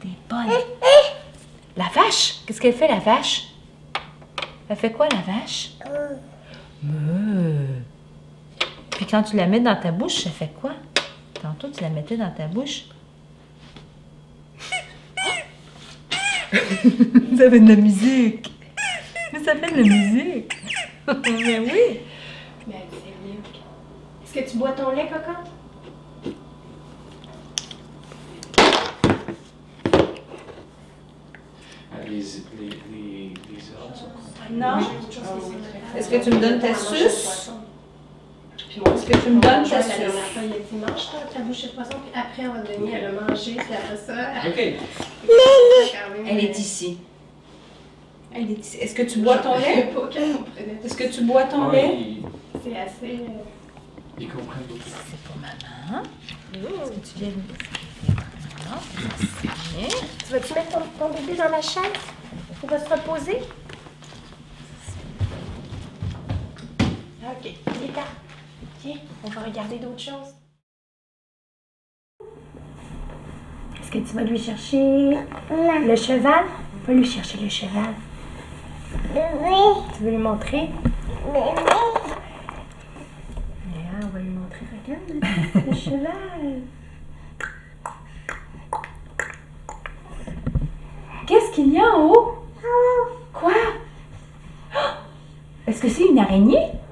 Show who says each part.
Speaker 1: T'es bonne. La vache, qu'est-ce qu'elle fait, la vache? Elle fait quoi, la vache? Meuh. Puis quand tu la mets dans ta bouche, ça fait quoi? Tantôt, tu la mettais dans ta bouche. ça fait de la musique. Mais ça fait de la musique. Mais oui.
Speaker 2: Ben, c'est mieux. Est-ce que tu bois ton lait, Coco?
Speaker 3: Les, les, les, les oranges sont
Speaker 2: Non.
Speaker 4: Ah, Est-ce que tu me donnes ta suce? Est-ce que tu me donnes ta
Speaker 2: la dernière
Speaker 4: suce?
Speaker 2: fois, il y a dimanche, là, ta bouchée de poisson, puis après, on va donner à le manger, puis après ça, elle
Speaker 3: OK.
Speaker 2: quand même,
Speaker 4: Elle est
Speaker 2: euh,
Speaker 4: ici. Elle est ici. Est-ce que tu bois ton
Speaker 2: je
Speaker 4: lait?
Speaker 2: savais pas qu'elle en prenait.
Speaker 4: Est-ce que tu bois ton
Speaker 3: Ouais,
Speaker 4: lait?
Speaker 3: ils,
Speaker 2: C'est assez. euh,
Speaker 3: ils comprennent beaucoup.
Speaker 1: C'est pour maman. Est-ce que tu viens de maman? Ça saigne.
Speaker 5: Tu vas-tu mettre ton, ton bébé dans la chaise? Il va se reposer? Ok, il est tard. Viens, on va regarder d'autres choses. Est-ce que tu vas lui chercher le cheval? Va lui chercher le cheval. Tu veux lui montrer? Là, on va lui montrer. Regarde, le cheval.
Speaker 1: Qu'est-ce qu'il y a en haut Quoi Ah! Est-ce que c'est une araignée